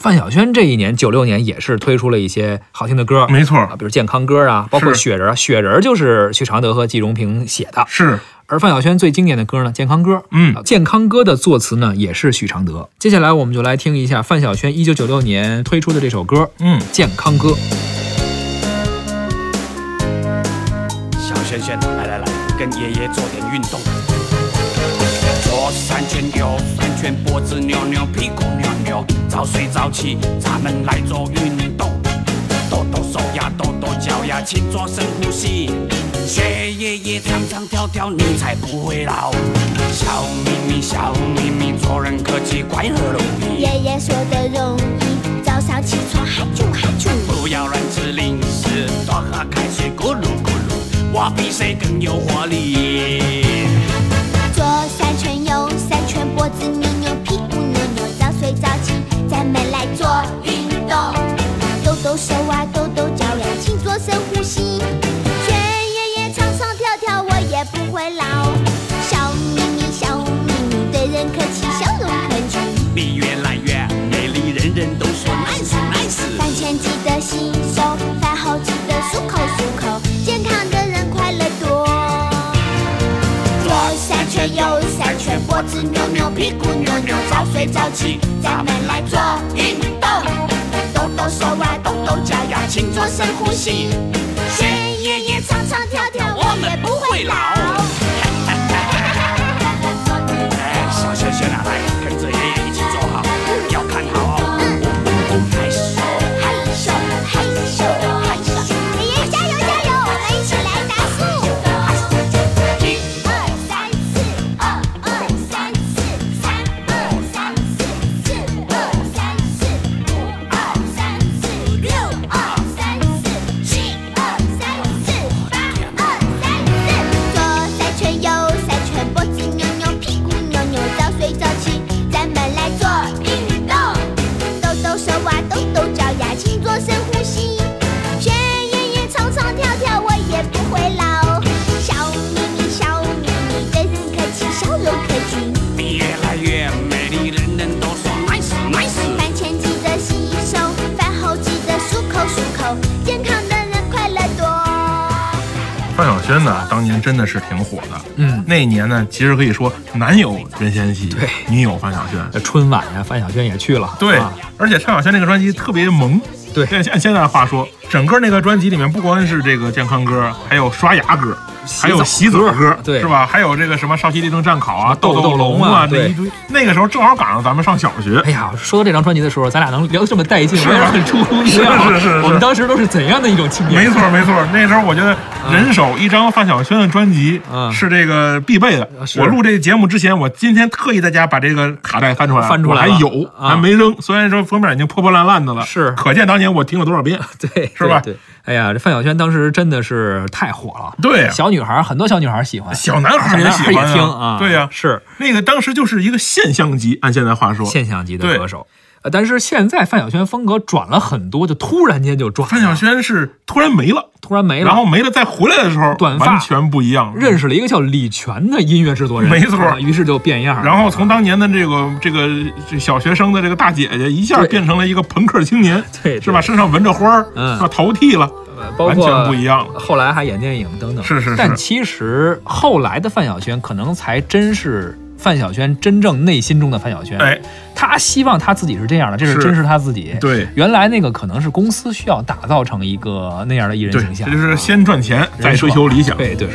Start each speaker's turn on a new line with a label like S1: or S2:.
S1: 范晓萱这一年九六年也是推出了一些好听的歌，
S2: 没错
S1: 啊，
S2: 儿，
S1: 比如健康歌啊，包括
S2: 是
S1: 雪人儿，雪人儿就是许常德和季荣平写的。
S2: 是，
S1: 而范晓萱最经典的歌呢，健康歌。
S2: 嗯
S1: 啊，健康歌的作词呢也是许常德。接下来我们就来听一下范晓萱一九九六年推出的这首歌
S2: 嗯
S1: 《健康歌》。
S3: 小轩轩，来来来，跟爷爷做点运动。左三圈，右三圈，脖子扭扭，屁股扭扭，早睡早起，咱们来做运动。抖抖手呀，抖抖脚呀，请做深呼吸。学爷爷唱唱跳跳，你才不会老。小咪咪，小咪咪，做人客气，快乐容易。
S4: 爷爷说的容易，早上起床嗨啾嗨啾。
S3: 不要乱吃零食，多喝开水，咕噜咕噜，我比谁更有活力。
S4: 左三圈右三圈，脖子扭扭，屁股扭扭，早睡早起，咱们来做运动。抖抖手啊，抖抖脚呀，请做深呼吸。学爷爷唱唱跳跳，我也不会老。小咪咪，小咪咪，对人客气，笑容可掬。
S3: 你越来越美丽，人人都说 nice nice。
S4: 饭前记得洗手，饭后记得漱口漱口，健康的人快乐多。左三圈右三圈，脖子扭扭，屁股扭扭，早睡早起，咱们来做运动。抖抖手啊，抖抖脚呀，请做深呼吸。学爷爷唱唱跳跳，我们不会老。
S3: 哎，小轩轩啊，来跟着爷爷一起做好，要看好哦。开始，
S4: 害羞，害羞，害羞！爷爷加油加油，我们一起来打数。一二三四，二二三四，三二三四，四二三四，五二三四，六二三四，七二三四，八二三四。左三圈，右三圈，脖子扭扭，屁股扭扭，早睡早起，咱们来做运动。抖抖手啊，抖抖脚呀，请做深呼吸。学爷爷唱唱跳跳，我也不会老。小咪咪，小咪咪，对人客气，笑容可掬。
S3: 你越来越美丽，人人都说 nice nice。
S4: 饭前记得洗手，饭后记得漱口漱口，健康的人快乐多。
S2: 范晓萱呢，当年真的是挺火的。
S1: 嗯，
S2: 那一年呢，其实可以说男有任贤齐，
S1: 对
S2: 女有范晓萱。
S1: 春晚呀、范晓萱也去了。
S2: 对
S1: 啊，
S2: 而且范晓萱这个专辑特别萌。
S1: 对
S2: 现按现在的话说，整个那个专辑里面，不光是这个健康歌，还有刷牙歌，还有洗澡歌，
S1: 对
S2: 是吧？还有这个什么少西地洞战考啊、
S1: 斗
S2: 斗
S1: 斗
S2: 龙
S1: 龙啊
S2: 那一堆。那个时候正好赶上咱们上小学
S1: 哎，呀，说到这张专辑的时候，咱俩能聊得这么带劲，我也
S2: 吧
S1: 很出乎意料。
S2: 啊是是是是
S1: 啊我们当时都是怎样的一种青年？
S2: 没错 没错，那时候我觉得人手一张范晓萱的专辑
S1: 嗯啊
S2: 是这个必备的。
S1: 是
S2: 我录这节目之前，我今天特意在家把这个卡带翻出来，
S1: 翻出来了
S2: 我还有，
S1: 啊
S2: 还没扔。虽然说封面已经破破烂烂的了，
S1: 是
S2: 可见当年我听了 多少遍。
S1: 对，
S2: 是吧
S1: 对，对哎呀，这范晓萱当时真的是太火了。
S2: 对啊
S1: 小女孩儿很多小女孩儿喜欢，
S2: 小男孩
S1: 小
S2: 儿
S1: 男
S2: 喜
S1: 孩儿
S2: 欢
S1: 也听啊。
S2: 对呀、
S1: 是
S2: 那个当时就是一个现象级，按现在话说，
S1: 现象级的
S2: 对
S1: 歌手。呃，但是现在范晓萱风格转了很多，就突然间就转了。
S2: 范晓萱是突然没了，
S1: 突然没了，
S2: 然后没了再回来的时候，
S1: 短发
S2: 完全不一样了。
S1: 认识了一个叫李泉的音乐制作人，
S2: 没错
S1: 啊于是就变样了。
S2: 然后从当年的这个这个这小学生的这个大姐姐，一下
S1: 对
S2: 变成了一个朋克青年，
S1: 对对
S2: 是吧？身上纹着花儿，
S1: 嗯
S2: 是吧？头剃了，
S1: 呃包
S2: 完
S1: 括
S2: 全不一样了
S1: 后来还演电影等等，
S2: 是是是
S1: 但其实后来的范晓萱，可能才真是范晓萱真正内心中的范晓萱。
S2: 哎，
S1: 她希望她自己是这样的，这是
S2: 是
S1: 真是她自己。
S2: 对
S1: 原来那个可能是公司需要打造成一个那样的艺人
S2: 对，
S1: 形象，
S2: 这就是
S1: 啊
S2: 先赚钱再追求理想，
S1: 对对
S2: 是吧